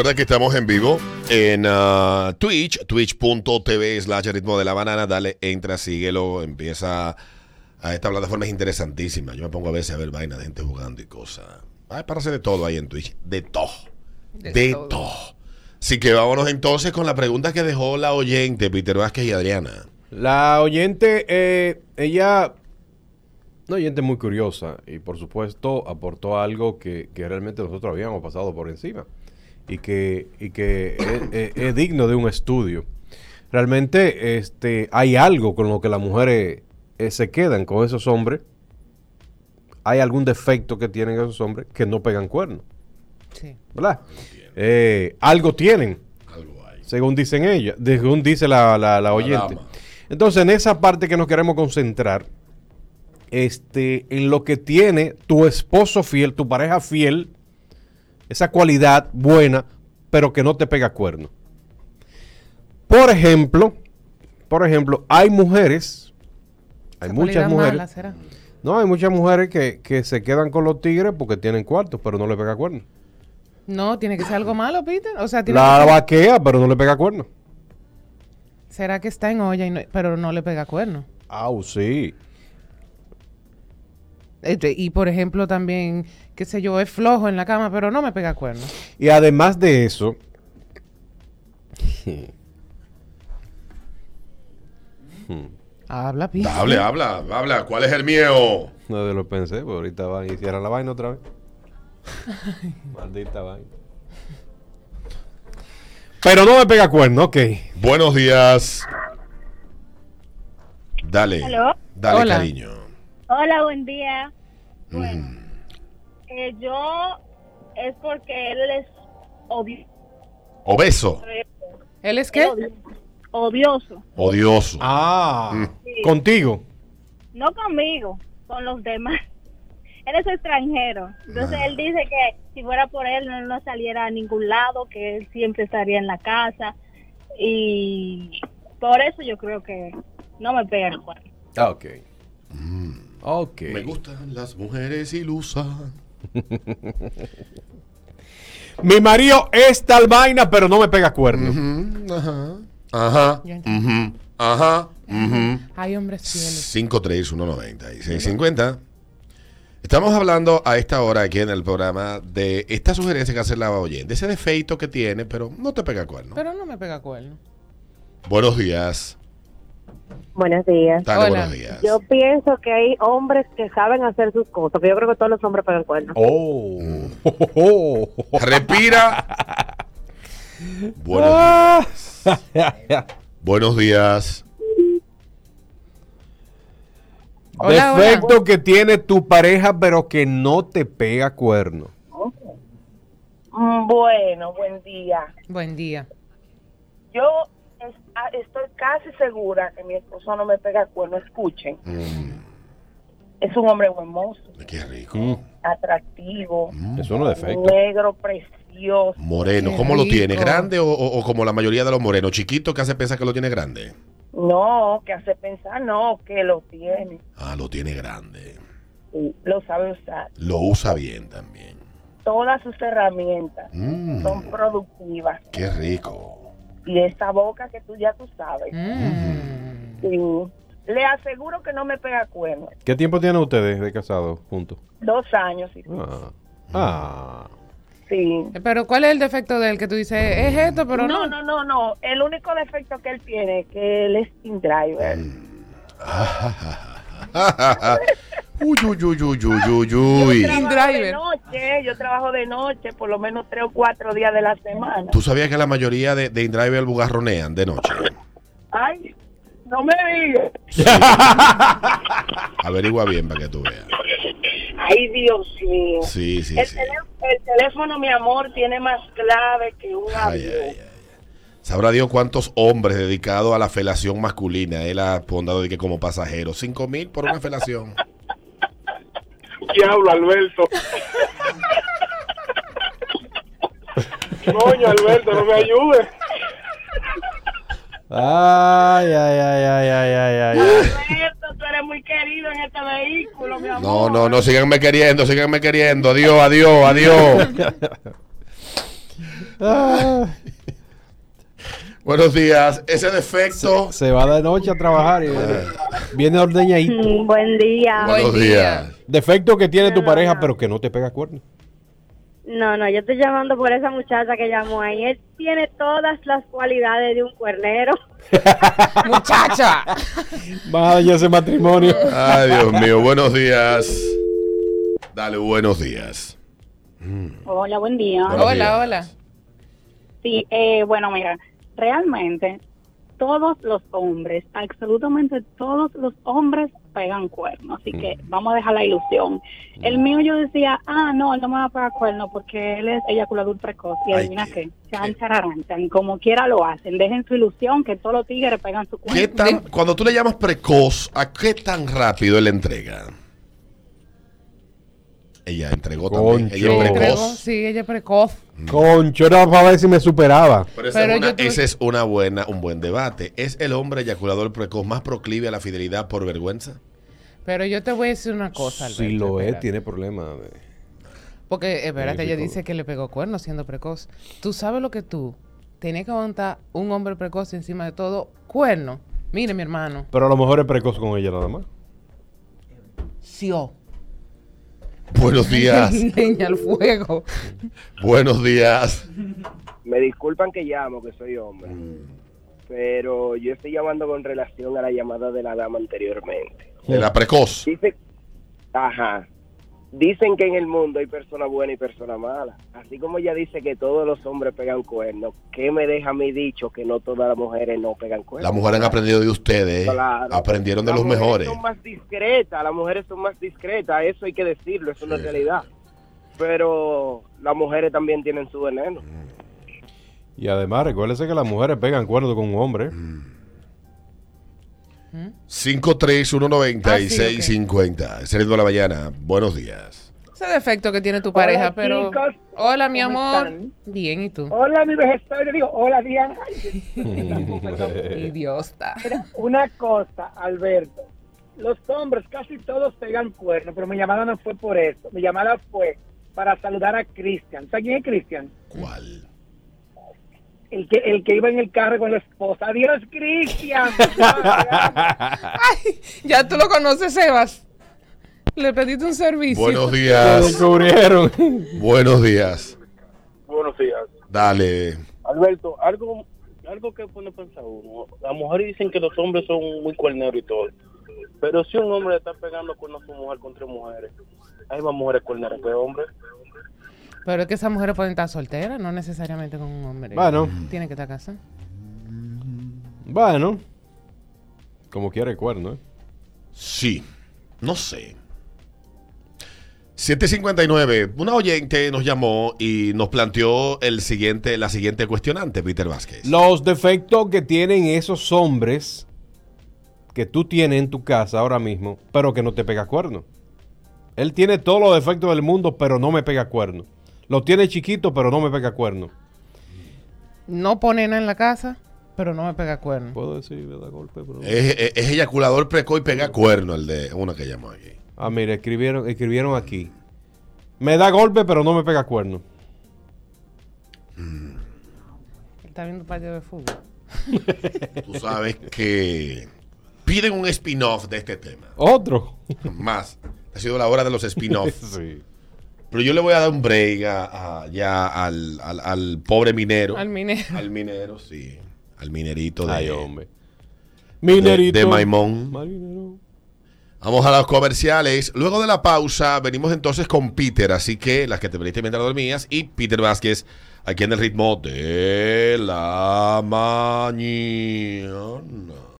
Recuerda que estamos en vivo en uh, Twitch, twitch.tv slash ritmo de la banana. Dale, entra, síguelo, empieza. A esta plataforma es interesantísima. Yo me pongo a veces a ver vainas de gente jugando y cosas. Hay para hacer de todo ahí en Twitch. De todo. De, De todo. todo. Así que vámonos entonces con la pregunta que dejó la oyente, Peter Vázquez y Adriana. La oyente, eh, ella, una oyente muy curiosa y por supuesto aportó algo que, que realmente nosotros habíamos pasado por encima y que, y que es, eh, es- es digno de un estudio. Realmente este, hay algo con lo que las mujeres eh, se quedan con esos hombres. Hay algún defecto que tienen esos hombres que no pegan cuernos, Sí. ¿verdad? Eh, algo tienen Algo hay. según dicen ella, según dice la, la- la oyente. dama. Entonces, en esa parte que nos queremos concentrar, este, en lo que tiene tu esposo fiel, tu pareja fiel, esa cualidad buena, pero que no te pega cuerno. Por ejemplo, por ejemplo, hay mujeres, hay Esa muchas cualidad mujeres, mala, ¿será? no, hay muchas mujeres que, que se quedan con los tigres porque tienen cuartos, pero no le pega cuerno. No, tiene que ser algo malo, Peter. O sea, tiene La que ser- vaquea, pero no le pega cuerno. será que está en olla, y no- pero no le pega cuerno. Ah, sí. Este, Y por ejemplo, también, qué sé yo, es flojo en la cama, pero no me pega cuerno. Y además de eso, Habla, Peter. Hable, habla, habla. ¿Cuál es el mío? no de lo pensé, pues ahorita van y cierran la vaina otra vez. Maldita vaina. Pero no me pega cuerno, ok. Buenos días. Dale. Aló. Dale, Hola. cariño. Hola, buen día. Bueno, Mm. eh, yo es porque él es odio- Obeso. ¿Él es qué? odio- odioso. Odioso. Ah, contigo. No conmigo, con los demás. Él es extranjero. Entonces Ah. él dice que si fuera por él, no, no saliera a ningún lado, que él siempre estaría en la casa. Y por eso yo creo que no me pega el cuerno. Ah, ok. Mm. Ok. Me gustan las mujeres ilusas. Mi marido es tal vaina, pero no me pega cuerno. Ujú, Ajá. Ajá. Ya ujú, Ajá. ujú. Hay hombres fieles. 5319650. Estamos hablando a esta hora aquí en el programa de esta sugerencia que hace la oyente, ese defeito que tiene, pero no te pega cuerno. Pero no me pega cuerno. Buenos días. Buenos días. Dale, Hola. buenos días. Yo pienso que hay hombres que saben hacer sus cosas, pero yo creo que todos los hombres pegan cuernos. Oh. Respira. buenos, días. buenos días. Hola, hola. Defecto que tiene tu pareja, pero que no te pega cuerno. Mm, Bueno, buen día. Buen día. Yo es- a- estoy casi segura que mi esposo no me pega cuerno. Escuchen, Mm, es un hombre buen mozo, qué rico. atractivo, Mm, Eso no es defecto. negro, precioso. Moreno, Qué ¿cómo lo tiene? rico. ¿Grande o, o- o como la mayoría de los morenos? ¿Chiquito que hace pensar que lo tiene grande? No, que hace pensar, no, que lo tiene. Ah, lo tiene grande. Sí, Lo sabe usar. Lo usa bien también. Todas sus herramientas Mm, son productivas. qué rico. Y esa boca que tú ya tú sabes. Mm. Sí. Le aseguro que no me pega cuerno. ¿Qué tiempo tienen ustedes de casados juntos? Dos años. sí. Ah. Ah. Sí. Pero ¿cuál es el defecto de él que tú dices? Es esto, pero no, no. no, no, no. El único defecto que él tiene es que él es sin driver. Mm. uy, uy, uy, uy, uy, uy, uy. Sin Trabajo driver. De noche, yo trabajo de noche por lo menos tres o cuatro días de la semana. ¿Tú sabías que la mayoría de, de Indriver bugarronean de noche? Ay, no me digas. Averigua bien para que tú veas. Ay, Dios mío. Sí, sí, El, sí. teléfono, el teléfono, mi amor, tiene más clave que un Ay, avión. ay, ay, ay. Sabrá Dios cuántos hombres dedicados a la felación masculina él ha pondado de que como pasajero. Cinco mil por una felación. Diablo, Alberto. Coño, Alberto, no me ayudes. Ay, ay, ay, ay, ay, ay, ay. Alberto, tú eres muy querido en este vehículo, mi amor. No, no, no, síganme queriendo, síganme queriendo. Adiós, adiós, adiós. Ah, Buenos días. Ese defecto. se va de noche a trabajar y viene, viene ordeñadito. Mm, Buen día. Buenos Ah, Buen día. días. Defecto que tiene tu No, pareja, no. pero que no te pega cuerno. No, no, yo estoy llamando por esa muchacha que llamó ahí. Él tiene todas las cualidades de un cuernero. Muchacha. Vaya ese matrimonio. Ay, Dios mío. Buenos días. Dale, buenos días. Mm. Hola, buen día. Buenos días. hola, hola. Sí, eh, bueno, mira, realmente todos los hombres, absolutamente todos los hombres pegan cuernos, así que Mm. vamos a dejar la ilusión. El mío yo decía, ah, no, él no me va a pegar cuernos porque él es eyaculador precoz. Y Ay, adivina qué- qué, chan, chararantan, como quiera lo hacen, dejen su ilusión que todos los tigres pegan su ¿Qué cuerno. tan- cuando tú le llamas precoz, ¿a qué tan rápido él le entrega? Ella entregó también. Concho. Ella Ella es precoz, precoz. sí, ella es precoz. Concho, era para ver si me superaba. Pero esa Pero es, una, yo tuve- ese es una buena, un buen debate. ¿Es el hombre eyaculador precoz más proclive a la fidelidad por vergüenza? Pero yo te voy a decir una cosa, Si Alberto, lo es, espérate. tiene problemas. eh. Porque, eh, espérate, ella Verificó. dice que le pegó cuernos siendo precoz. Tú sabes lo que tú tenías que aguantar un hombre precoz y encima de todo cuerno. Mire, mi hermano. Pero a lo mejor es precoz con ella nada más. Sí, oh. Buenos días. Leña al fuego. buenos días. Me disculpan que llamo, que soy hombre, Mm. pero yo estoy llamando con relación a la llamada de la dama anteriormente. De la precoz. Dice, ajá, dicen que en el mundo hay personas buenas y personas malas. Así como ella dice que todos los hombres pegan cuernos, ¿qué me deja a mí dicho que no todas las mujeres no pegan cuernos? Las mujeres han aprendido de ustedes. ¿eh? Claro. Aprendieron de Las los mujeres mejores. Son más discretas, las mujeres son más discretas, eso hay que decirlo, eso es una Sí. realidad. Pero las mujeres también tienen su veneno. Y además, recuérdese que las mujeres pegan cuernos con un hombre. 5319650. Es el ritmo de la mañana. Buenos días. Ese defecto que tiene tu Hola, pareja, pero... chicos. Hola, mi ¿Cómo amor. están? Oh. Bien, ¿y tú? Hola, mi vegetal. Yo digo, hola, Diana. Y Dios está. Una cosa, Alberto. Los hombres casi todos pegan cuernos, pero mi llamada no fue por eso. Mi llamada fue para saludar a Cristian. ¿Sabes quién es Cristian? ¿Cuál? El que, el que iba en el carro con la esposa. ¡Adiós, Cristian! Ay, ya tú lo conoces, Sebas. Le pediste un servicio. Buenos Lo días. descubrieron. Buenos días. Buenos días. Dale. Alberto, algo algo que pone a pensar uno. Las mujeres dicen que los hombres son muy cuerneros y todo. Pero si un hombre está pegando con a su mujer con tres mujeres, hay más mujeres cuerneras que hombres. Pero es que esas mujeres pueden estar solteras, no necesariamente con un hombre. Bueno. Tienen que estar casadas. Bueno. Como quiere cuerno, ¿eh? Sí. No sé. 759. Una oyente nos llamó y nos planteó el siguiente, la siguiente cuestionante, Peter Vázquez. Los defectos que tienen esos hombres que tú tienes en tu casa ahora mismo, pero que no te pega cuerno. Él tiene todos los defectos del mundo, pero no me pega cuerno. Lo tiene chiquito, pero no me pega cuerno. No pone nada en la casa, pero no me pega cuerno. Puedo decir, me da golpe, pero... Es, es- es eyaculador precoz y pega cuerno el de una que llamó aquí. Ah, mira, escribieron, escribieron aquí. Me da golpe, pero no me pega cuerno. Está viendo un partido de fútbol. Tú sabes que piden un spin-off de este tema. Otro. Más. Ha sido la hora de los spin-offs. Sí. Pero yo le voy a dar un break a- a- ya al, al- al pobre minero. Al minero. Al minero, sí. Al minerito de, Ay, hombre. de, de Maimón. Marinero. Vamos a los comerciales. Luego de la pausa, venimos entonces con Peter. Así que las que te perdiste mientras dormías y Peter Vázquez aquí en el ritmo de la mañana.